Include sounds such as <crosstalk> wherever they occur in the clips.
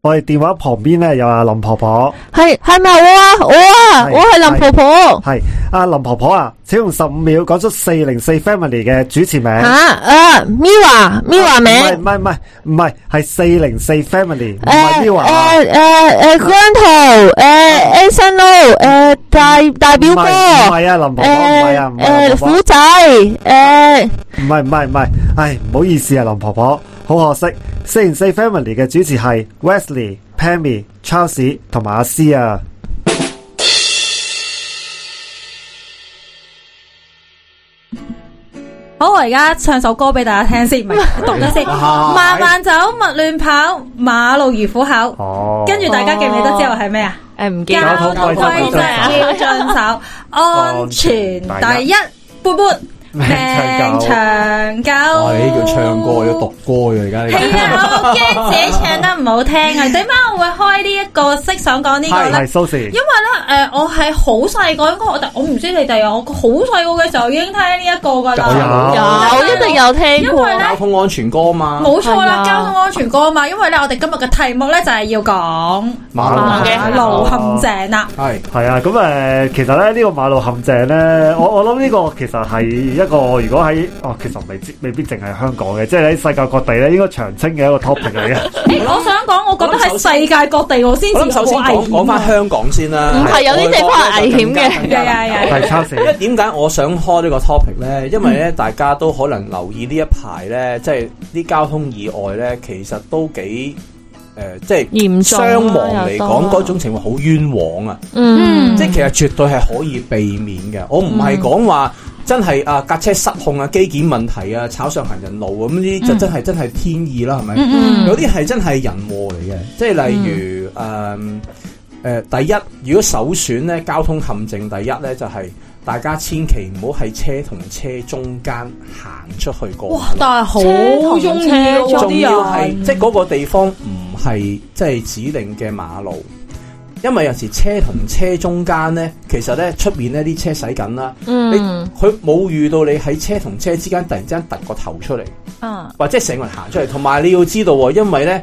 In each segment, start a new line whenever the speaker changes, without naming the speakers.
我哋電話旁邊咧有阿林婆婆，
系系咪我啊？我啊，
係
我系林婆婆
係阿林婆婆啊，請用十五秒講出四零四 family 嘅主持名。
吓啊，Mira Mira
唔
名
係唔係唔係，係四零四 family，唔係
诶
Miu 啊，
诶诶诶姜涛诶 Anson Lo 诶大大
唔係
表哥
唔係啊，林婆婆唔係啊，
诶
唔係啊
诶
林婆婆
虎仔诶
唔係唔係唔係，唉，唔好意思啊，林婆婆，好可惜，四零四 family 嘅主持係 Wesley、Pammy、Charles 同埋阿詩啊。
好，我而家唱首歌俾大家聽先，
<laughs>
唔係讀咗先。慢慢走，勿亂跑，馬路如虎口。
哦，
跟住大家記唔記得之後係咩啊？
诶唔记
交
得
通
通
規則
規則要遵守，安全第一，般般
命
命長久。
哇！你呢叫唱歌，要讀歌嘅而家呢
係
個。
啊，我好驚自己唱得唔好聽啊！點解我會開呢一個識想講呢個
係
咧
係？Susie
因為。咧，誒、我係好細個，應該我我唔知你哋啊，我好細個嘅時候已經聽呢一個㗎
有
啦，
啊
有一定有聽
因
過
為咧
交通安全歌嘛，
冇錯
係啊
啦，交通安全歌啊嘛，因為咧，我哋今日嘅題目咧就係要講
馬
馬嘅
馬路陷阱啦。
係
系啊，咁诶，其實咧呢、呢個馬路陷阱咧，我我谂呢個其實係一個如果喺哦，其實未知未必淨係香港嘅，即係喺世界各地咧，應該長青嘅一個 topic 嚟嘅。
<laughs> 誒、我想講，我覺得
我諗首
喺世界各地我先
我
至
諗首先
好危
講講
險
翻
啊。
香港先啦。
唔係有啲地方係危險嘅
係
係係係
係抄死
因為點解我想開呢個 topic 咧？因為咧，大家都可能留意呢一排咧，即係啲交通意外咧，其實都幾誒、呃即係
嚴重啦啊
傷亡嚟
又多
講，嗰種情況好冤枉啊！
嗯
即係其實絕對係可以避免嘅。我唔係講話真係啊架車失控啊、機件問題啊、炒上行人路咁呢啲就真係真係天意啦，係咪？
嗯
有啲係真係人禍嚟嘅，即係例如誒誒、
嗯
呃第一，如果首選咧交通陷阱，第一咧就係、大家千祈唔好喺車同車中間行出去過馬路。
哇！但係好中意
車同
喎
車
仲要
啲啊
係
人，
即係嗰個地方唔係即係指定嘅馬路，因為有時車同車中間咧，其實咧出面呢啲車駛緊啦，
Ừ,
你
嗯
佢冇遇到你喺車同車之間突然之間突個頭出嚟，
啊
或者成個人行出嚟，同埋你要知道喎，因為咧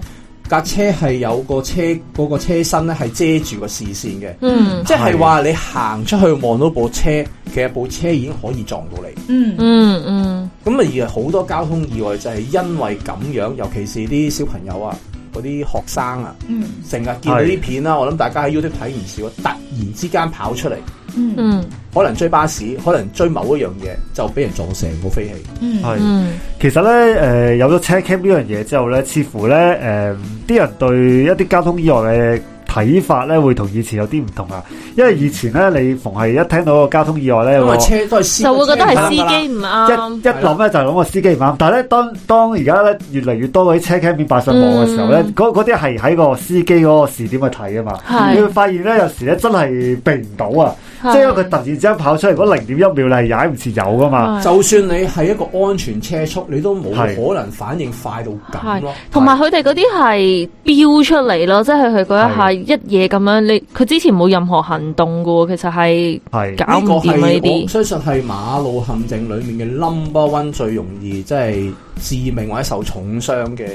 架車係有個車嗰、個車身咧係遮住個視線嘅。
ừ,
嗯
即係話你行出去望到部車，其實部車已經可以撞到你。
嗯。
ừ,
嗯嗯
咁啊，而好多交通意外就係因為咁樣，尤其是啲小朋友啊，嗰啲學生啊，
嗯
成日見到啲片啦，我諗大家喺 YouTube 睇唔少，突然之間跑出嚟，
嗯
ừ,
嗯
可能追巴士，可能追某一樣嘢，就俾人撞成個飛起。
嗯
係
ừ.
嗯
其實咧，誒、有咗車 cam 呢樣嘢之後咧，似乎咧，誒、啲人對一啲交通意外嘅睇法咧，會同以前有啲唔同啊。因為以前咧，你逢係一聽到個交通意外咧，
因為
我
車都係司
就會覺得係司
車唔得㗎啦
機唔
一
啱，
一諗咧就係諗個司機唔啱，但係咧當當而家咧越嚟越多嗰啲車 cam 片擺上網嘅時候咧，
嗯
嗰嗰啲係喺個司機嗰個視點去睇啊嘛，
係
你會發現咧有時咧真係避唔到啊，即係因為佢突然之間跑出嚟嗰零點一秒你係踩唔切油噶
啊
嘛，
啊就算你係一個安全車速，你都冇
係
可能反應快到咁
係
咯。
同埋佢哋嗰啲係飆出嚟咯，即係佢嗰一下一嘢咁樣，你佢之前冇任何行動噶喎，其實係
係
搞唔掂啊呢
呢個係我
啲，
相信係馬路陷阱裡面嘅 number one 最容易即係致命或者受重傷嘅。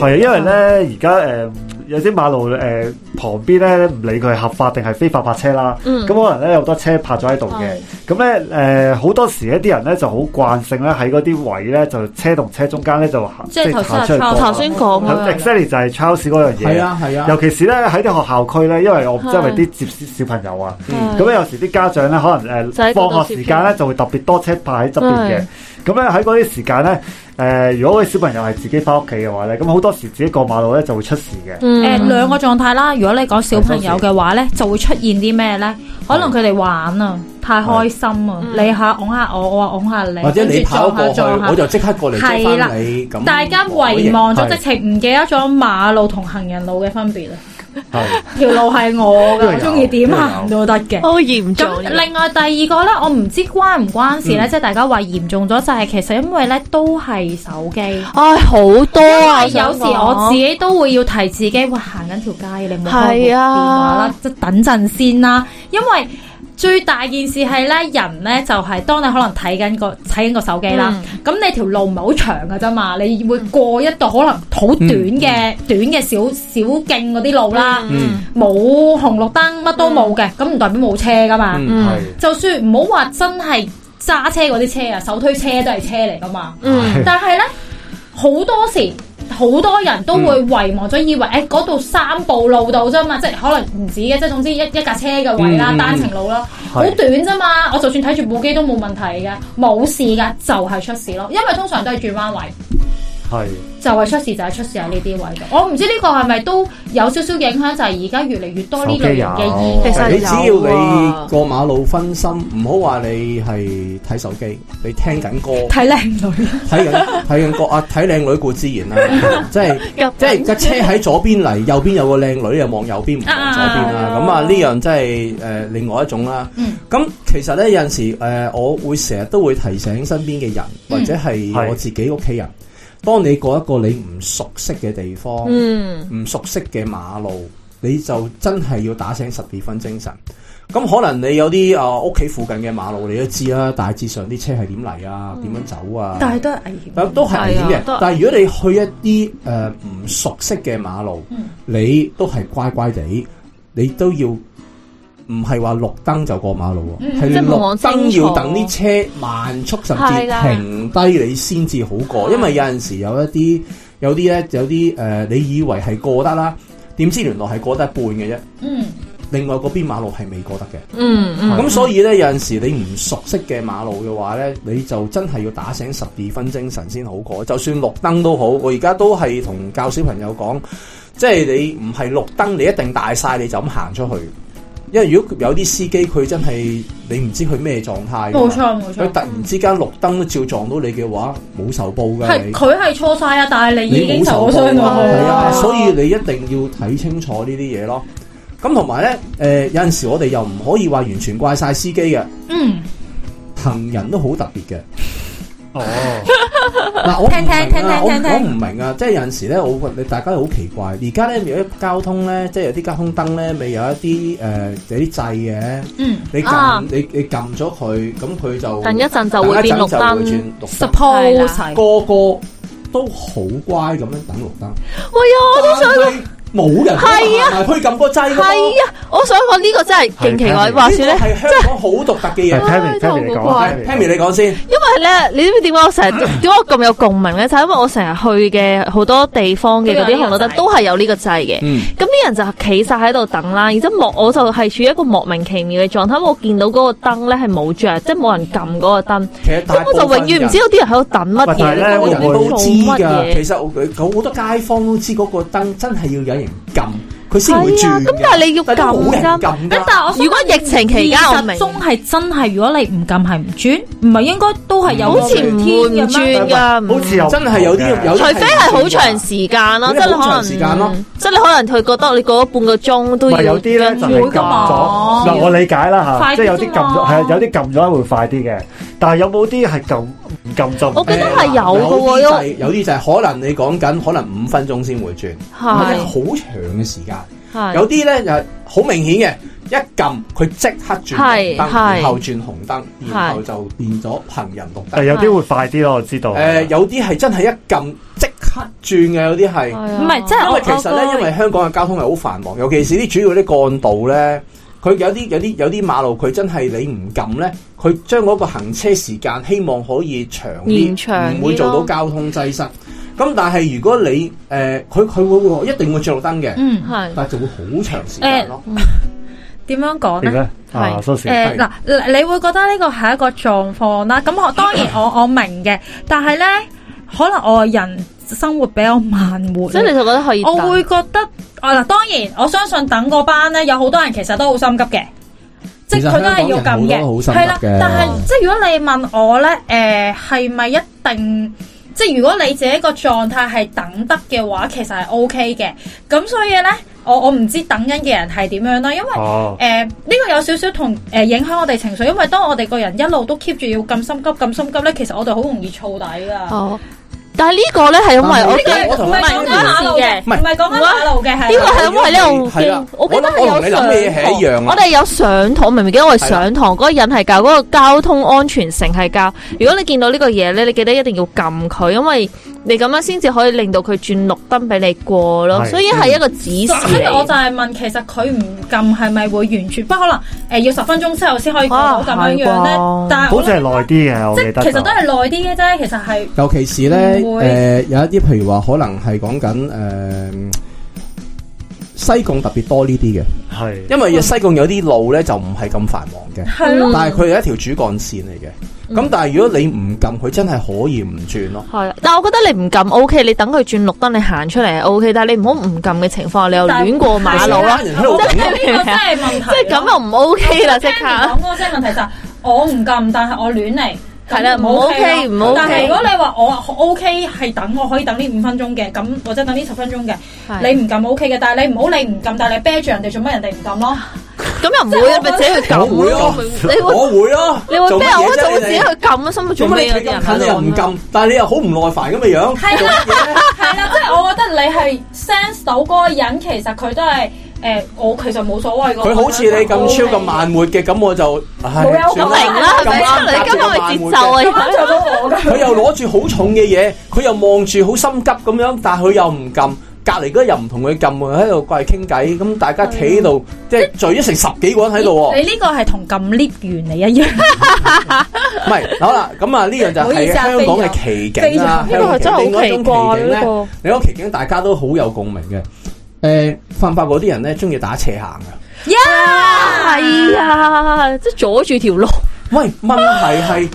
係
嗯
啊，因為咧而家誒有啲馬路誒、旁邊咧唔理佢係合法定係非法泊車啦，咁、
嗯
可能咧有好多車泊咗喺度嘅。咁咧誒好多時一啲人咧就好慣性咧喺嗰啲位咧就車同車中間咧就行
即係頭先
行
阿
出去
Charles
過
頭先講
咁
啊
exactly 就係 Charles 嗰樣嘢。
係啊係啊
尤，其是咧喺啲學校區咧，因為我唔知係咪
係
啲接小朋友啊，
係
咁咧有時啲家長咧可能
就
誒
喺嗰度
放學時間咧就會特別多車泊喺側邊嘅
係。
咁咧喺嗰啲時間咧，誒如果嗰啲小朋友係自己翻屋企嘅話咧，咁好多時自己過馬路咧就會出事嘅。
诶，
嗯
两个状态啦。如果你講小朋友嘅話咧，就會出現啲咩咧？可能佢哋玩啊，太開心啊，
嗯
你下擁下我，我話擁下你，
或者你
跟住
跑過
撞
去，
下撞下
我就即刻過嚟追
係啦
翻你。咁
大家遺忘
嗯
咗，
係
直情唔記得咗馬路同行人路嘅分別啊！
係
條路係我
因為
嘅，
有
我中意點行都得嘅。
好嚴重
咁
呢個。
另外第二個咧，我唔知關唔關
嗯
事咧，即係大家話嚴重咗，就係其實因為咧都係手機。
唉，好多
à,
啊！
因為有時我自己都會要提自己，喂，行緊條街，你唔好開部
係
電
啊
話啦，即係等陣先啦。因為最大件事係咧，人咧就係、當你可能睇緊個睇緊個手機啦，
嗯
咁、你條路唔係好長嘅啫嘛，你會過一度可能好短嘅、短嘅小小徑嗰啲路啦，
嗯
冇、紅綠燈乜都冇嘅，咁唔、代表冇車噶嘛。
嗯
嗯
系
就算唔好話真係揸車嗰啲車啊，手推車都係車嚟噶嘛。
嗯
<laughs> 但係咧，好多時好多人都會遺忘咗，以為誒嗰度三步路到啫嘛，即係可能唔止嘅，即係總之一一架車嘅位啦，
嗯嗯嗯
單程路啦，好
係
短啫嘛。我就算睇住部機都冇問題嘅，冇事㗎，就係、出事咯。因為通常都係轉彎位。
系
就係出事就係出事喺呢啲位度，我唔知呢個係咪都有少少影響，就係而家越嚟越多呢類型嘅意
手機有。
外
你只要你過馬路分心，唔好話你係睇手機，你聽緊歌，
睇靚女，
睇緊睇緊歌啊，睇靚女固之然
<laughs>
啦，即係
入
即係架車喺左邊嚟，右邊有個靚女又望右邊唔望左邊啦，
啊
咁啊呢樣真係誒另外一種啦。
嗯
咁其實咧有陣時誒、呃我會成日都會提醒身邊嘅人，
嗯
或者係
係
我自己屋企人，當你過一個你唔熟悉嘅地方，唔、
嗯
熟悉嘅馬路，你就真係要打醒十二分精神。咁可能你有啲啊屋企附近嘅馬路你都知啦，大致上啲車係點嚟啊，
嗯
點樣走啊，
但係都係危險。
咁都係危險
係啊
嘅
都。
但係如果你去一啲誒唔熟悉嘅馬路，
嗯
你都係乖乖地，你都要唔係話綠燈就過馬路
嗯
喎，係
即係冇
綠
望清
燈
楚
要等啲車慢速甚至
係啦
停低你先至好過，因為有陣時有一啲有啲咧有啲誒、呃你以為係過得啦，點知原來係過得一半嘅啫，
嗯，
另外嗰邊馬路係未過得嘅。
嗯嗯，
咁所以咧，有陣時你唔熟悉嘅馬路嘅話咧，你就真係要打醒十二分精神先好過。就算綠燈都好，我而家都係同教小朋友講，即係你唔係綠燈，你一定大晒你就咁行出去。因為如果有啲司機佢真係你唔知佢咩狀態㗎嘛，
冇錯冇
佢
錯
突。然之間綠燈都照撞到你嘅話，冇仇報㗎。
係
你
佢係錯晒啊，但係你已經
你冇
受咗
受
傷
過啊係
啦
啊，。所以你一定要睇清楚呢啲嘢咯。咁同埋咧，誒、有陣時我哋又唔可以話完全怪晒司機嘅，
嗯，
行人都好特別
<laughs>
嘅。
哦，
嗱，我唔
聽聽
明啊，
聽聽
我
聽
我唔明啊，即係有陣時咧，我覺得大家好奇怪。而家咧有啲交通咧，即係有啲交通燈咧，咪有一啲誒、呃有啲掣嘅，
嗯
你撳、
啊
你你撳咗佢，咁佢就
等一陣就會變綠
等一陣就會轉綠
燈。
燈，
，suppose
係
係
個個都好乖咁樣等綠燈。
喂呀，我都想
想冇人係啊，佢撳個掣㗎嘛
係啊，我想講呢個真係勁奇怪。
係
話
呢
說咧
個。係香港好獨特嘅
系
嘢。
Pammy
真係好
Pammy 你
古怪
讲
Pammy，你講先。
因為咧，你知唔知點解我成日點解我咁有共鳴咧？就係因為我成日去嘅好多地方嘅嗰啲紅綠燈都係有呢個掣嘅。
嗯，
咁啲人就企晒喺度等啦，然之後莫我就係處於一個莫名其妙嘅狀態，因為我見到嗰個燈咧係冇着，即係冇人撳嗰個燈，
其實大
咁
部
我就
分
永遠唔
人
知道啲人喺度等乜
喂但係
嘢，
咧
個
嗰個
人
我
都
做
知
乜
㗎，
嘢。
其實我佢好多街坊都知嗰個燈真係要有人撳，佢先會
係
轉
啊，
嘅
咁但係你要
但係都冇人
撳㗎。
撳
咁
㗎。
但係我想
如果疫情期間，我
現實
明，
中係真係，如果你唔撳係唔轉，唔係應該都係有
好似唔會唔
天嘅咩
轉㗎，
好似有
真係有啲有
除非係好長時間咯，
有
即
啲
係
好長時
你可
間咯
能，即係你可能佢覺得你過咗半個鐘都
唔
要
係有啲咧就係撳
會㗎嘛
咗，嗱我理解啦
快
嚇，即
啲
係有啲撳咗，
啫嘛
係有啲撳咗會快啲嘅，但係有冇啲係撳唔撳就唔
我記得
聽
係有㗎喎
啊有啲掣有啲就係可能你講緊可能五分鐘先會轉，或者
係
好長嘅時間。
係
有啲咧就係好明顯嘅，一撳佢即刻轉紅燈，
係係
然後轉紅燈，
係
然後就變咗行人綠
誒
燈。
有啲會快啲咯，我知道。
誒、有啲係真係一撳即刻轉嘅，有啲係。
唔
唔係即係
因
我
為其實
哦
咧，因為香港嘅交通係好繁忙，尤其是啲主要啲幹道咧，佢有啲有啲有啲馬路，佢真係你唔撳咧，佢將嗰個行車時間希望可以長
延長
啲，
啲
唔會做到交通擠塞。咁但係如果你誒，佢佢會會一定會着綠燈嘅，
嗯，
係
但係就會好長時間咯。
點樣講
點
咧？
咧？啊，
係
蘇 Sir，
誒嗱、你會覺得呢個係一個狀況啦。咁
<clears throat>
我當然我我明嘅，但係咧，可能我人生活比較慢活，
即係你就覺得可以等，
我會覺得啊嗱，當然我相信等嗰班咧，有好多人其實都好心急嘅。即係佢都係要咁
其實香港人好多都好
嘅，
心急嘅
係啦。但係即係如果你問我咧，誒係咪一定？即係如果你自己個狀態係等得嘅話，其實係 O K 嘅。咁所以咧，我我唔知等緊嘅人係點樣啦，因為
哦，
誒呢、個有少少同誒、影響我哋情緒，因為當我哋個人一路都 keep 住要咁心急咁心急咧，其實我哋好容易燥底噶。
哦，但係呢個咧係因為
但係
我
呢個
驚
我同
唔
你
係講緊馬路嘅，
唔
係
唔係講緊馬路嘅，係
呢個係因為咧，
我
我
係啦
記我記得
哎我諗
係
我
有
同你諗嘅嘢係一樣
上
啊
堂，我哋有上堂，明唔明記得我
係
哋
啦
上堂嗰個人係教嗰個交通安全性係教。如果你見到呢個嘢咧，你記得一定要撳佢，因為你咁樣先至可以令到佢轉綠燈俾你過咯。
係
所以係一個指示
所以我
嚟
就。係問，其實佢唔撳係咪會完全不可能？誒、要十分鐘之後先可以過到咁樣樣咧
啊係啩，
但係
好
我
似係耐啲嘅，我
即
記得
係其實都係耐啲嘅啫，其實係
尤其是咧，
唔
誒、
會
有一啲譬如話，可能係講緊誒西貢特別多呢啲嘅，
係
因為西貢有啲路咧就唔係咁繁忙嘅，
係咯，
但係佢係一條主幹線嚟嘅。咁、但係如果你唔撳，佢真係可以唔轉咯。
係啊，但係我覺得你唔撳 O K，你等佢轉綠燈，你行出嚟係 O K，但係你唔好唔撳嘅情況，你又
但係
亂過馬路
啦
咯，
人喺度
呢
等
個真係問題。
嗯
啊
即係咁又啊唔 O K 啦，即刻
講嗰個真係問題就係我唔撳，但係我亂嚟。
係啦
咁
唔
咯
OK，唔 OK
但係如果你話我 OK 係等，我可以等呢五分鐘嘅，咁或者等呢十分鐘嘅，
係
你唔撳 OK 嘅，但係你唔好你唔撳，但係你啤住人哋做乜人哋唔撳咯？
咁又唔會，咪自己去撳
我會
咯
咯，
<laughs> 你會
我會咯，
你會
做
咩
乜
啊？我
嘢
就
啫？
會自己
你
去
哋
撳啊，心目
做
中
乜
你
你
有
企
啲
咁
人喺
近你
度
又唔撳，但係你又好唔耐煩咁嘅樣。
係啦，係啦，即係我覺得你係 sense 到嗰個人，其實佢都係誒，我其實冇所謂㗎。
佢好似你咁超咁慢活嘅，咁我就唉
冇有
算
咁
啦
明啦，係咪
咁啱
出嚟
夾
今
咗個
日
慢
嘅
活
節
嘅
奏啊？
啱啱做到我㗎。
佢又攞住好重嘅嘢，佢又望住好心急咁樣，但係佢又唔撳，隔離嗰個又唔同佢撳喎，喺度過嚟傾偈，咁大家企喺度，即係聚咗成十幾個人喺度喎。
你呢個係同撳 lift 原理一樣，
唔係，好啦，咁啊呢樣就
唔好意
係
思啊
香港嘅奇景啦。
呢個係真
香港嘅奇景
係好
另外一種
奇
奇景
怪啊
咧，
呢
你嗰個奇景大家都好有共鳴嘅。呃誒，發唔發覺啲人咧中意打斜行啊？
個，係啊，哎即係阻住條路，
喂，問題係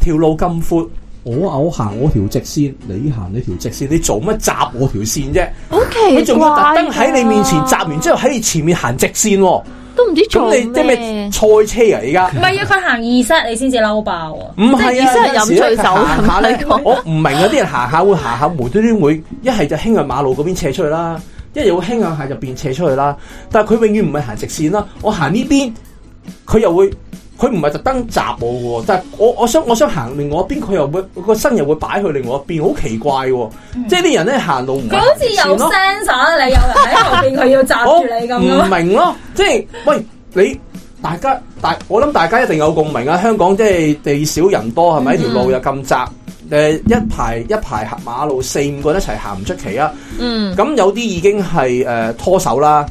條路咁闊，我偶行我條直線，你行你條直線，你做乜閘我條線啫？
好奇怪。啊
佢仲要特登喺你面前閘，完之後喺你前面行直線喎，
都唔知做
咁你即係
咩
咩。賽車啊？而家
唔係要佢行二 set 你先至嬲爆啊！
唔
即係
係
意思係
啊，有時
飲醉酒
咧行下
咁
咧
樣講，
我唔明有啲人行下會行下無端端會一係就輕向馬路嗰邊斜出去啦，一係會輕向下入邊斜出去啦，但係佢永遠唔係行直線啦，我行呢邊佢又會。佢唔係特登閘我嘅喎，
嗯
但係我我想我想行另外一邊，佢又會個身又會擺去另外一邊，好奇怪喎！
嗯
即係啲人咧行路唔係
佢好似
行直線
有
咯
sensor，你有人喺後邊，佢要閘
我
住你咁
唔
咯。
明咯，即系喂你大家大，我諗大家一定有共鳴啊！香港即係地少人多，係咪？條路又咁窄。誒一排一排行馬路，四五個人一齊行唔出奇啊！
嗯，
咁有啲已經係誒、呃拖手啦，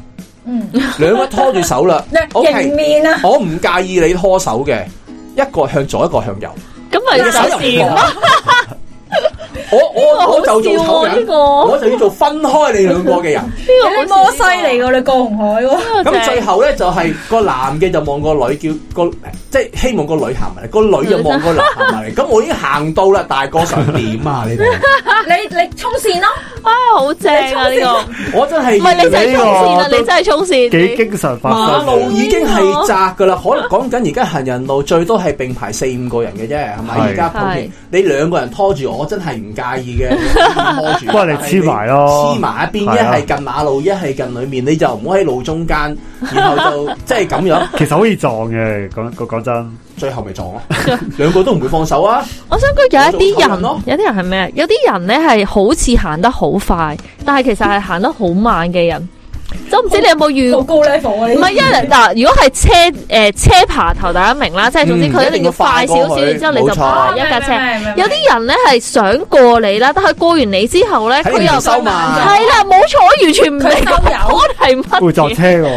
嗯，。
兩個拖住手啦 OK，
迎面啊！
我唔介意你拖手嘅，一個向左，一個向右。
咁咪
你隻手
手
又唔
線
放。我我我就做醜
呢個好笑喎呢
人，
個
我就要做分開你兩個嘅人。
你
呢個
摩西嚟㗎，你過紅海喎。
㗎
啊咁最後咧就係、個男嘅就望個女叫個，即係希望個女行埋嚟，個女就望個男行埋嚟。咁我已經行到啦，大哥想點啊？ <laughs> 你哋，
你你衝線咯，
啊，好正啊呢個，
我真係
唔係你真係衝線啊，
呢個都
你真係衝線，
幾經常發
馬
生
路
嘅。
已經係窄噶啦，可能講緊而家行人路最多係並排四五個人嘅啫，係咪？
係
而家普遍
係
你兩個人拖住我，真係唔介 <laughs> 意嘅，拖住。
不過你黐埋咯
黐埋一邊，一
係啊
係近馬路，一係近裡面，你就唔好喺路中間，然 <laughs> 後就即係咁樣，
其實好易撞嘅，講講講真，
最後咪 <laughs> 撞咯，兩個都唔會放手啊！
我想講有一啲
我做醜人
人
咯，
有啲人係咩？啊有啲人咧係好似行得好快，但係其實係行得好慢嘅人。都唔知你有冇遇？
哦
好
唔
高 level 啊！你
係因為嗱，如果係車诶、車爬頭，大家明啦，即係總之
嗯
佢一定要快少少，
一定要快過去
然之後你就爬
冇
一架車。有
有
啲人咧係想過你啦，但係過完你之後咧，
睇
佢
你
又
唔收嘛。
係啦，冇錯，我完全唔明
佢收油
我係乜
會撞
嘢。
車嘅，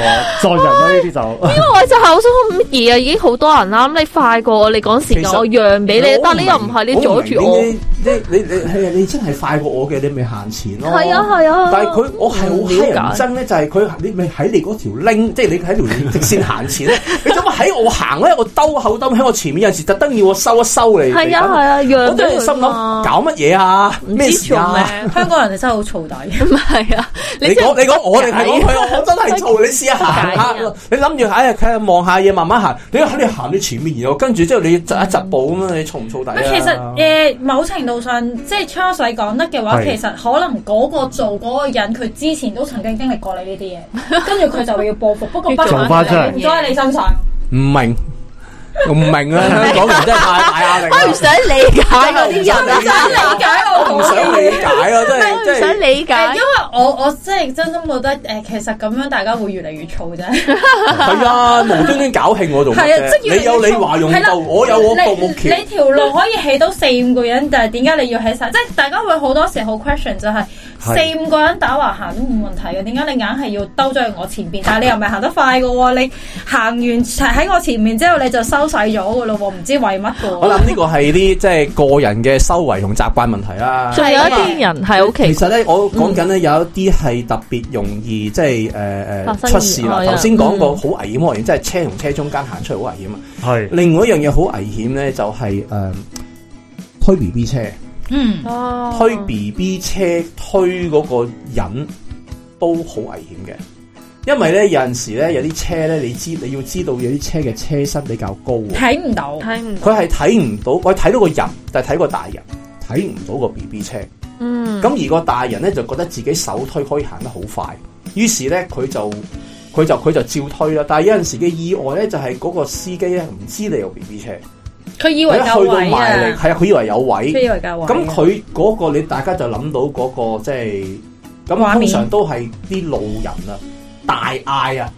撞人咯呢
<laughs>
啲
因
就。
為我就係好想講乜嘢啊，已經好多人啦，咁你快過我，你趕時
其
間，
實
我讓俾你，但你又唔係，你阻住我。
你你你係啊！你真係快過我嘅，你咪行前咯。
係啊係啊。
但係佢我係好乞人
了解
憎咧，就係佢你咪喺你嗰條 link，即係你喺條直線行前咧，你做乜喺我行咧？我兜口兜喺我前面有陣時特登要我收一收你。
係啊係啊，
我
讓
真係
俾
心
佢
諗
嘛
搞乜嘢啊？
唔
咩
知
事
做
啊？
咩？
香港人真係好燥底，
唔係啊，
你
真
講
係
你講我哋係講佢，我真係做你試下行
解
下
啊，
你諗住哎呀佢係望下嘢，慢慢行，你喺你行到前面，然後跟住之後你窒一窒步咁樣，你燥唔燥底
唔係
啊？
其實誒某程度上，即係 Charles 講得嘅話，
係
其實可能嗰個做嗰個人，佢之前都曾經經歷過
<laughs>
你呢啲嘢，跟住佢就要報復，不過不
要
做
幸
返出嚟
唔咗喺你身上。
唔明。我唔明啊，香港人真係太大壓力啦，
<laughs> 我唔想理解嗰啲人啊，
理解
<laughs> 我唔
我
想理解啊， <laughs>
我
真係
唔
真係
想理
誒 <laughs> 因
解
為。我我真係真心覺得誒、其實咁樣大家會越嚟越燥啫。
係啊，無端端搞興我做乜
係啊
啫？
即係越嚟越
你有你華容
係啦
道，我有我獨木
你
橋
你。條路可以起到四五個人，但係點解你要起晒？即係大家會好多時好 question 就係、
係
四五個人打橫行都冇問題嘅，點解你硬係要兜咗去我前邊？但係你又唔係行得快嘅喎，你行完喺我前面之後你就收細咗嘅咯喎，唔知為乜嘅
我
喎。
諗呢個係啲即係個人嘅修為同習慣問題啦。
仲有一啲人係好
其
奇
實咧，我講緊咧有一啲係特別容易即係誒
發
誒
生
出事啦。
意外啊
頭先講過好危險可能真係車同車中間行出嚟好危險啊。
係
另外一樣嘢好危險咧，就係誒推 B B 車，
嗯，
哦
推 B B 車推嗰個人都好危險嘅。因為咧有陣時咧有啲車咧，你知你要知道有啲車嘅車身比較高喎，
睇唔到。
睇唔到，
佢係睇唔到，我睇到個人，但係睇個大人睇唔到個 B B 車。
嗯，
咁而個大人咧就覺得自己手推可以行得好快，於是咧佢就佢就佢就照推啦。但係有陣時嘅意外咧，就係、嗰個司機咧唔知你有 B B 車，
佢以
佢
為
一
夠
去到
位
埋嚟，
啊！
係啊啊，佢以為有
佢
位，
以為夠位啊。
咁佢嗰個你大家就諗到嗰、個即係咁，
畫面
通常都係啲路人啊，大嗌啊，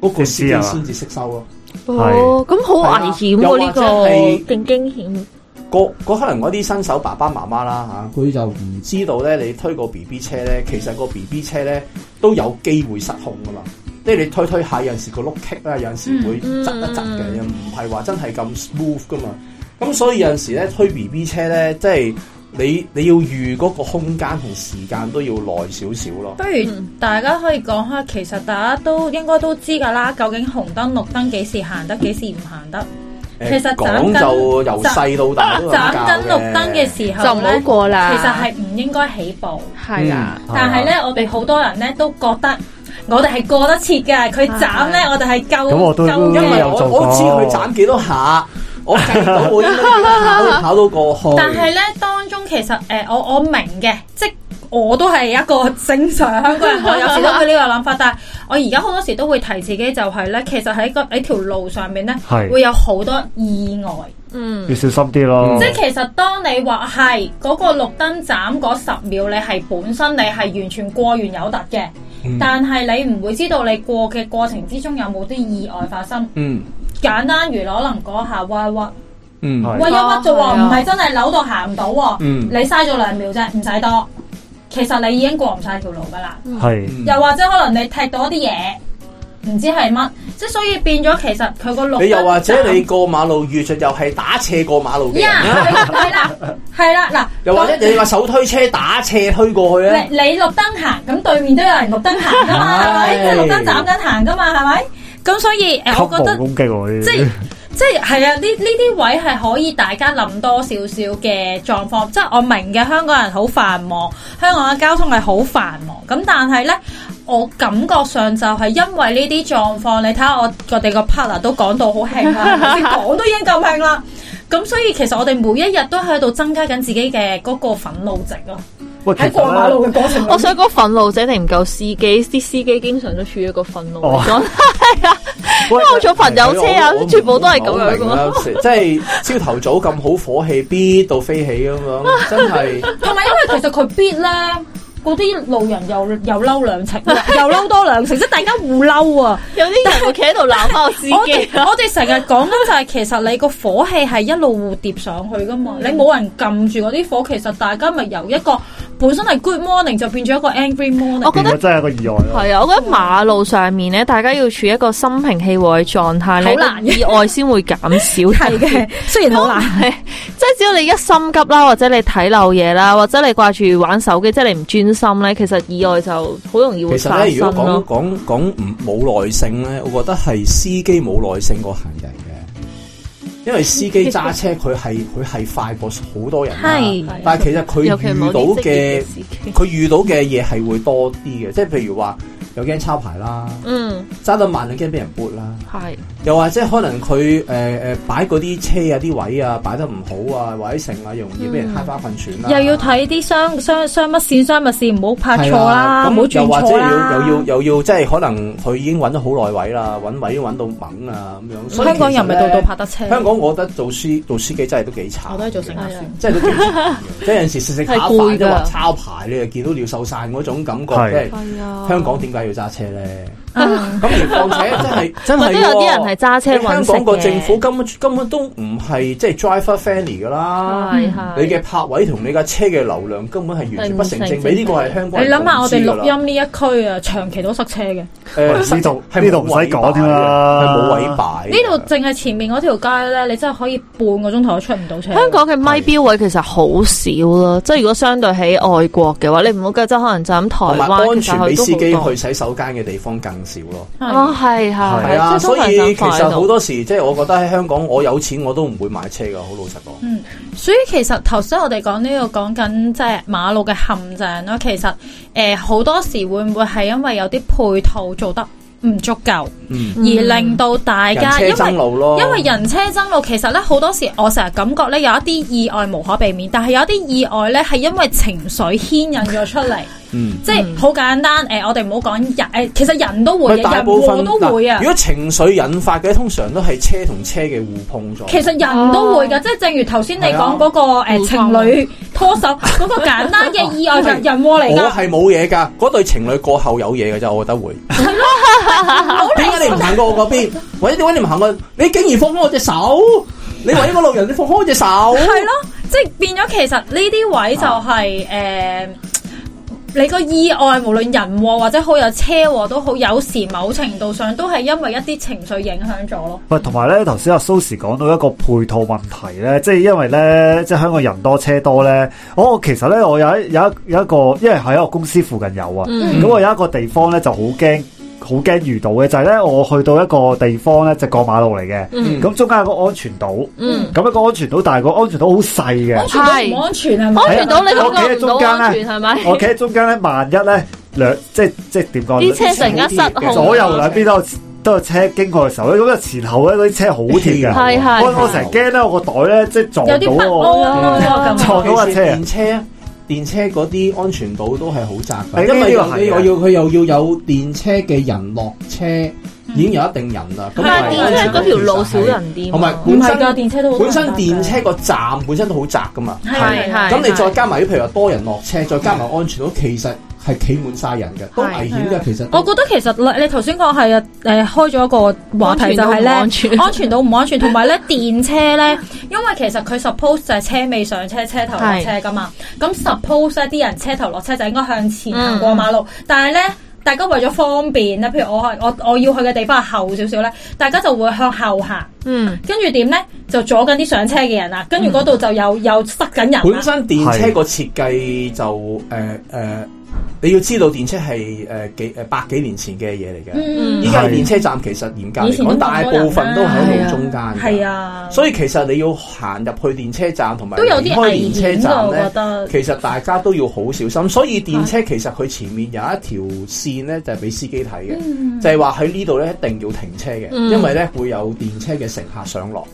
嗰、個司
先知啊
機
嘛
先至識收咯。
哦，咁好危險
係啊又或
喎
者
呢個
係，
勁驚險，
個個可能嗰啲新手爸爸媽媽啦嚇，佢就唔知道咧，你推個 B B 車咧，其實個 B B 車咧都有機會失控噶嘛。即係你推推下，有陣時個碌棘啦，有陣時會
嗯
窒一窒嘅，
嗯
又唔係話真係咁 smooth 噶嘛。咁所以有陣時咧推 B B 車咧，即係你你要預嗰個空間同時間都要耐少少咯。
不如大家可以講下，其實大家都應該都知㗎啦，究竟紅燈綠燈幾時行得，幾時唔行得？
誒
其實
講
斬
<laughs> 就由細到大都有
斬
教
燈綠燈嘅時
就
候
唔
咧
好，過啦。
其實係唔應該起步。
啊
係啦，
但係咧，我哋好多人咧都覺得我哋係過得切嘅，佢斬咧，我哋係夠
咁我都
夠
因為
有
嘅。
我
做
我知
過
佢斬幾
<laughs>
多下，我計到我應該點樣跑跑到過去。
但係咧，當中其實誒、呃我我明嘅，即我都係一個正常香港人，我有時都會呢個諗法。但係 <laughs> 我而家好多時都會提自己，就係咧，其實喺個喺條路上面咧，
係
會有好多意外。
嗯
要小心啲咯
嗯
即。係其實當你話係嗰個綠燈斬嗰十秒，你係本身你係完全過完有突嘅，
嗯
但係你唔會知道你過嘅過程之中有冇啲意外發生。
嗯。
簡單如可能嗰下屈一
嗯
係
屈，屈一屈啫
係
喎，
啊
唔係真係扭到行唔到喎，
嗯
你嘥咗兩秒啫，唔使多。其實你已經過唔晒條路㗎啦。
係
嗯
又或者可能你踢到一啲嘢，唔知係乜，即係所以變咗其實佢個綠燈
你又或者
斬
你過馬路遇着又係打斜過馬 <laughs> 路嘅人，
呀係啦係啦嗱，
又或者你話手推車打斜推過去咧，
你你綠燈行，咁對面都有人綠燈行噶嘛，係咪？即係綠燈斬緊行噶嘛，係咪？咁所以誒，
級
我覺
無
得
攻擊喎呢
即係
啲，
即係係啊，呢呢啲位係可以大家諗多少少嘅狀況，即係我明嘅香港人好繁忙，香港嘅交通係好繁忙，咁但係呢，我感覺上就係因為呢啲狀況，你睇下我我哋個 partner 都講到好興啦，係咪先講都已經咁興啦，咁所以其實我哋每一日都喺度增加緊自己嘅嗰個憤怒值咯，
喂，其
喺過馬
實咧
路嘅過程裏面
我想講憤怒者定唔夠司機，啲司機經常都處於一個憤怒
哦
嚟講，
喂
我坐朋友車啊
啊我我
全部都係咁樣
我唔好明啦啊即係朝頭早咁好火氣，必到飛起咁樣，真係
同埋因為其實佢必咧，嗰啲路人又又嬲兩程， <laughs> 又嬲多兩程，即係大家互嬲啊！
有啲人會企喺度鬧翻我司
我哋
機。
我哋成日講緊就係其實你個火氣係一路互疊上去噶嘛，你冇人撳住嗰啲火，其實大家咪由一個本身係 good morning 就變咗一個 angry morning。
我覺
變
得
咗真係一個意外咯。
係啊，我覺得馬路上面咧，大家要處於一個心平氣和嘅狀態咧，
好難
個
嘅
意外先會減少。
係嘅，雖然好難，
係即係只要你一心急啦，或者你睇漏嘢啦，或者你掛住玩手機，即係你唔專心咧，其實意外就好容易會
其
發
實咧，
生
如果
咯。
講講講唔冇耐性咧，我覺得係司機冇耐性過行人嘅，因為司機揸車佢係 <laughs> 佢係快過好多人啦
係
但係其實佢
尤其
遇
冇
到
啲職業
嘅
嘅司機
佢遇到嘅嘢係會多啲嘅，即係譬如話又驚抄牌啦，
嗯，
揸得慢又驚俾人撥啦。
系，
又或者可能佢誒誒擺嗰啲車啊啲位啊擺得唔好啊，或者成啊，容易俾人
嗯
揩花粉錢啦。
又要睇啲雙雙雙乜線雙乜線，唔好拍錯啊啦，唔好
啊咁又
轉
或者
錯
要
啦。
又要又要即係可能佢已經揾咗好耐位啦，揾位已經揾到猛啊咁樣。所以
香港人咪
其實
度
呢
度拍得車，
香港我覺得做司做司機真係都幾慘。
我都係做乘客先。
即係都幾慘即係有陣時食食下
係攰
飯
㗎
都話抄牌，你又見到鳥獸散嗰種感覺，即
係
係
系啊
香港點解要揸車咧？
嗯
咁而況且 <laughs> 真係真
或
係
者有啲人
喎
係揸車
你香
搵食
港個政府
嘅
根本根本都唔係即係 driver friendly 噶
嗯
啦。
係係
你嘅泊位同你架車嘅流量根本係完全不成正比，呢個係香港
你
人
諗下，我哋
錄
錄音呢一區啊，長期都塞車嘅。
啊
喂
誒
呢度
係
呢度唔使講添啦
係冇位擺嘅。
呢度淨係前面嗰條街咧，你真係可以半個鐘頭都出唔到車。
香港嘅咪標位其實好少咯，即係如果相對喺外國嘅話，你唔好計，即係可能就咁台
同埋
灣，
安
其實
全俾司
佢
機
都好多
去。洗手間嘅地方更少咯。
係
哦，係係，
係啊，
即係通
所
常
以
就
其實
快到
好多時即係我覺得喺香港，我有錢我都唔會買車噶，好老實講。
所以其實頭先我哋講呢個講緊即係馬路嘅陷阱啦，其實誒好、多時會唔會係因為有啲配套做得唔足夠，
嗯，
而令到大
人
家因
車爭
為
路咯，
因為人車爭路，其實咧好多時我成日感覺咧有一啲意外無可避免，但係有一啲意外咧係因為情緒牽引咗出嚟，
嗯。
即係好簡單誒、我哋唔好講人誒、其實人都會嘅，
咪大
人
部分
禍都會啊
嗱如。果情緒引發嘅，通常都係車同車嘅互碰咗。
其實人都
哦
會㗎，即係正如頭先
啊
你講嗰個誒情侶拖
<laughs>
手嗰個簡單嘅意外，就係人禍嚟
<laughs>
我
㗎。
係冇嘢㗎，嗰對情侶過後有嘢㗎咋，我覺
<laughs>
得會。點解你唔行過我嗰邊？或者點解你唔行過？你竟然放開我隻手？你為一個路人，你放開我啊隻手？
係咯，即係變咗其實呢啲位就係誒。你個意外，無論人禍或者好有車禍都好，有時某程度上都係因為一啲情緒影響咗咯。
喂，同埋咧，頭先阿蘇時講到一個配套問題咧，即係因為咧，即係香港人多車多咧。我其實咧，我有一有一有一個，因為喺我公司附近有啊。
嗯
咁我有一個地方咧就好驚，好驚遇到嘅就係咧，我去到一個地方咧，就過馬路嚟嘅。
嗯
咁中間有個安全島，
嗯，
咁一個安全島，但係個安全島好細
安
嘅。
全都唔安全係咪？
啊
安全島你
我企喺
感覺唔
中
到
間呢
安全係咪？
<laughs>
我企喺中間咧，萬一咧兩即係即係點講？
啲車啊成間失哦控，
左右兩邊都有都有車經過嘅時候咧，咁就前後咧嗰啲車好貼
<laughs>
嘅。
哎
係係
我我成日驚咧，我個袋咧即係撞
有啲
到
不
我。
安咯，
啊
嗯
咁啊
錯咗架車
電車電車嗰啲安全島都係好窄
係
嘅，因為
呢個係
你
嘅
我要佢又要有電車嘅人落車，已經有一定人啦。咁
但嗯係啊
係
電車嗰條路少人啲
同
嘛，
埋
唔
本
係㗎，
身
電車都好
本身
難搭㗎
電車個站本身都好窄
啊
噶嘛。
係係
咁你再
係
加埋，譬如話多人落車，再加埋安全島，其實係企滿晒人嘅，都
係
危險嘅。其實都
我覺得其實你頭先講係啊，誒開咗一個話題就係咧，
安全到唔安全
安全到唔安
<laughs>
全，同埋咧電車咧，因為其實佢 suppose 就係車尾上車，車頭落車噶嘛。咁 suppose 呢啲人車頭落車就應該向前
嗯
行過馬路，但係咧。大家為咗方便咧，譬如我係我我要去嘅地方係後少少咧，大家就會向後行，
嗯
跟住點咧就阻緊啲上車嘅人啊啦，跟住嗰度就又又塞緊人啊啦。
嗯本身電車個設計就誒誒、呃呃你要知道電車係誒幾誒百幾年前嘅嘢嚟嘅。
嗯
依家嘅電車站其實嚴格
以
嚟
前都
講，
冇
大
多人啦啊
部分都喺路中間嘅
係，啊，
所以其實你要行入去電車站同埋
都有啲
離開
危
電
險
車
㗎，
站
我覺
咧。
得。
其實大家都要好小
嗯
心，所以電車其實佢前面有一條線咧，就係俾司機睇嘅，
嗯
就係話喺呢度咧一定要停車嘅，
嗯
因為咧會有電車嘅乘客上落。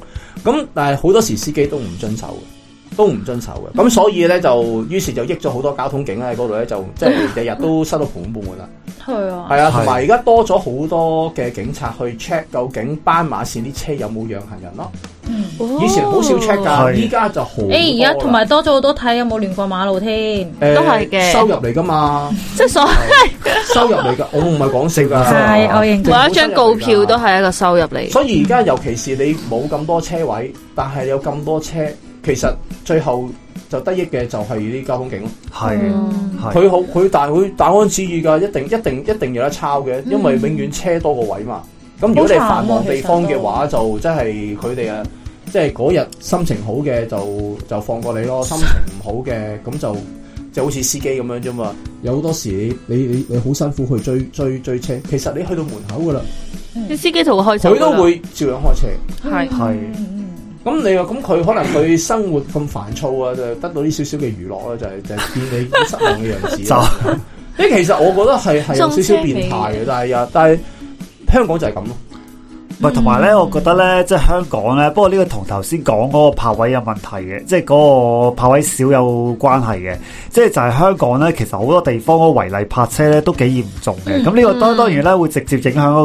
咁但係好多時司機都唔遵守嘅，都唔遵守嘅。
嗯
咁所以咧就於是就益咗好多交通警喺嗰度
<laughs>
咧，就即係日日都收到盤滿啦。
係啊，
係啊，
係
同埋而家多咗好多嘅警察去 check 究竟斑馬線啲車有冇讓行人咯。
嗯
以前好少 check
哦
㗎，
係
依家就好多啦。
哦誒而家同埋多咗好多睇有冇亂過馬路添，
誒
都係嘅
收入嚟㗎嘛。
即係所
收入嚟噶，我唔 <laughs> 係講笑噶，
係我認同
每一張告票都。係一個收入嚟。
所以而家尤其是你冇咁多車位，但係有咁多車，其實最後就得益嘅就係啲交通警咯。
係
嗯
係
嗯
佢好佢但係佢大安旨意㗎，一定一定一定有得抄嘅，因為永遠車多個位嘛。咁如果你繁忙地方嘅話，就真係佢哋啊，即係嗰日心情好嘅就就放過你 <laughs> 咯，心情唔好嘅咁就。就好似司機咁樣啫嘛，有好多時你你你你好辛苦去追追追車，其實你去到門口噶啦，
啲司機就會開走㗎
佢
啦，
都會照樣開車。
係
係
咁你又咁佢可能佢生活咁煩躁啊，就得到啲少少嘅娛樂啦，就係、就係、見你好失望嘅樣子
就
啊。因為其實我覺得係係有
<laughs> 中車
少少變態嘅，但係啊，但係香港就係咁咯。
唔係，同埋咧，我覺得咧，即係香港咧，不過呢個同頭先講嗰個泊位有啊問題嘅，即係嗰個泊位少有關係嘅，即係就係香港咧，其實好多地方嗰個違例泊車咧都幾嚴重
嗯
嘅，咁呢個當當然咧會直接影響嗰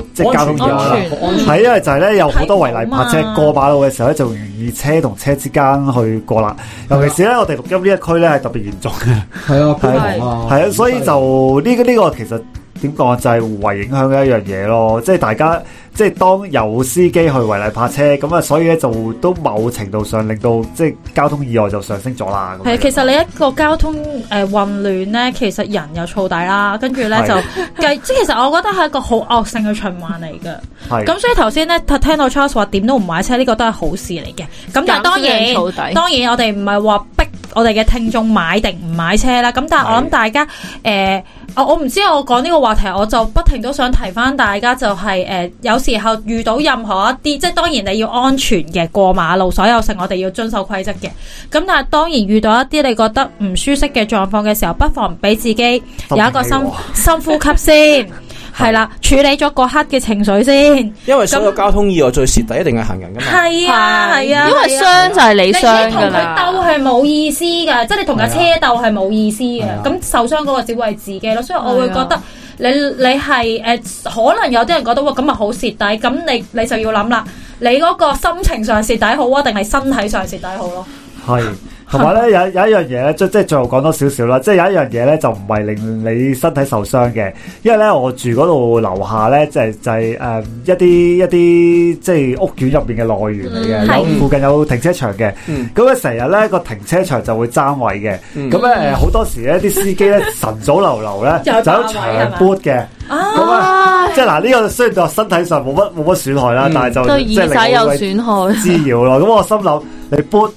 個即係交通意外啦
安。全嗯安全
係，因為就係咧有好多違例泊車
睇唔到嘛
過馬路嘅時候咧，就容易車同車之間去過啦。尤其是咧，我哋錄音呢一區咧係特別嚴重嘅，
係啊，高
係
雄啊，
係啊，所以就呢、個呢、個其實點講啊就係互為影響嘅一樣嘢咯。即係大家即係當有司機去違例泊車，咁啊，所以咧就都某程度上令到即係交通意外就上升咗啦。咁
係啊
樣
其實你一個交通誒、呃、混亂咧，其實人又燥底啦，跟住咧
係
就計， <laughs> 即係其實我覺得係一個好惡性嘅循環嚟嘅。
係
咁所以頭先咧，聽到 Charles 話點都唔買車，呢、個都係好事嚟嘅。咁但係當然。
草底。
當然，我哋唔係話逼我哋嘅聽眾買定唔買車啦。咁但係我
係
諗大家誒、呃我我唔知我講呢個話題，我就不停都想提翻大家就係、呃有時候遇到任何一啲，即係當然你要安全嘅過馬路，所有成我哋要遵守規則嘅。咁但係當然遇到一啲你覺得唔舒適嘅狀況嘅時候，不妨俾自己有一個
心平
深
氣和
深呼吸先， <laughs> 係啦，處理咗嗰刻嘅情緒先。
因為所有交通意外最蝕底一定係行人噶嘛。
係啊，係啊，
因為
係啊
傷就係你
你
傷
同
噶
佢鬥啊
啦。啊
係冇意思嘅，即係你同架車鬥係冇意思嘅
係啊。
咁受傷嗰個只會係自己咯，所以我會覺
係
得
啊
你你係誒、呃可能有啲人覺得哇咁咪好蝕底，咁你你就要諗啦，你嗰個心情上蝕底好啊，定係身體上蝕底好咯？
係，同埋咧有有一樣嘢咧，即即係最後講多少少啦，即係有一樣嘢咧就唔係令你身體受傷嘅，因為咧我住嗰度樓下咧就係就係誒一啲一啲即係屋苑入邊嘅內園嚟
嗯
嘅，
係
有附近有停車場嘅，
嗯
咁咧成日咧個停車場就會爭位嘅，咁咧好多時咧啲司機咧晨早流流咧就
又
有
有霸
長
位係嘛
boot 嘅，咁啊即係嗱呢個雖然對我身體上冇乜冇乜損害啦
嗯，
但係就
對
即係
耳
令我
仔有
會
損害，
滋擾
<laughs>
咯。咁我心諗你 boot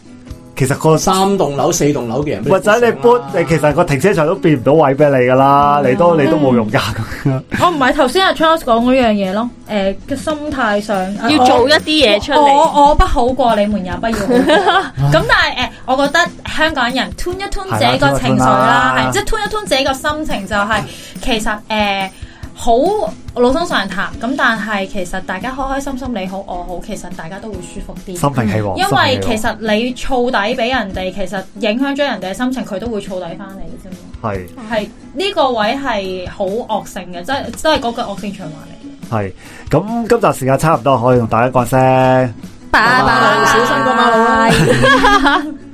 其實個
三棟樓、四棟樓嘅人，
或者
啊
你
啊
搬，你其實個停車場都變唔到位俾你噶啦，
嗯
你都你都冇用噶咁樣。
我唔係頭先阿 Charles 講嗰樣嘢咯，誒、嘅心態上
要做一啲嘢出嚟。
我我不好過你們也
<laughs>
<laughs> 不要好過咁但係誒、呃我覺得香港人 tune 一 tune 自己個情緒啦，
係啦
係即係 tune 一 tune 自己個心情就係、其實誒、呃好老生常談，咁但係其實大家開開心心你好我好，其實大家都會舒服啲。
<laughs> 心平氣和，
因為其
實
實你燥底俾人哋，其實影響咗人哋嘅心情，佢都會燥底翻嚟嘅啫嘛。
係
嗯
係呢、個位係好惡性嘅，即係都係嗰個惡性循環嚟嘅。
係。咁今集時間差唔多，可以同大家講聲。
拜拜小心過馬路啊
拜拜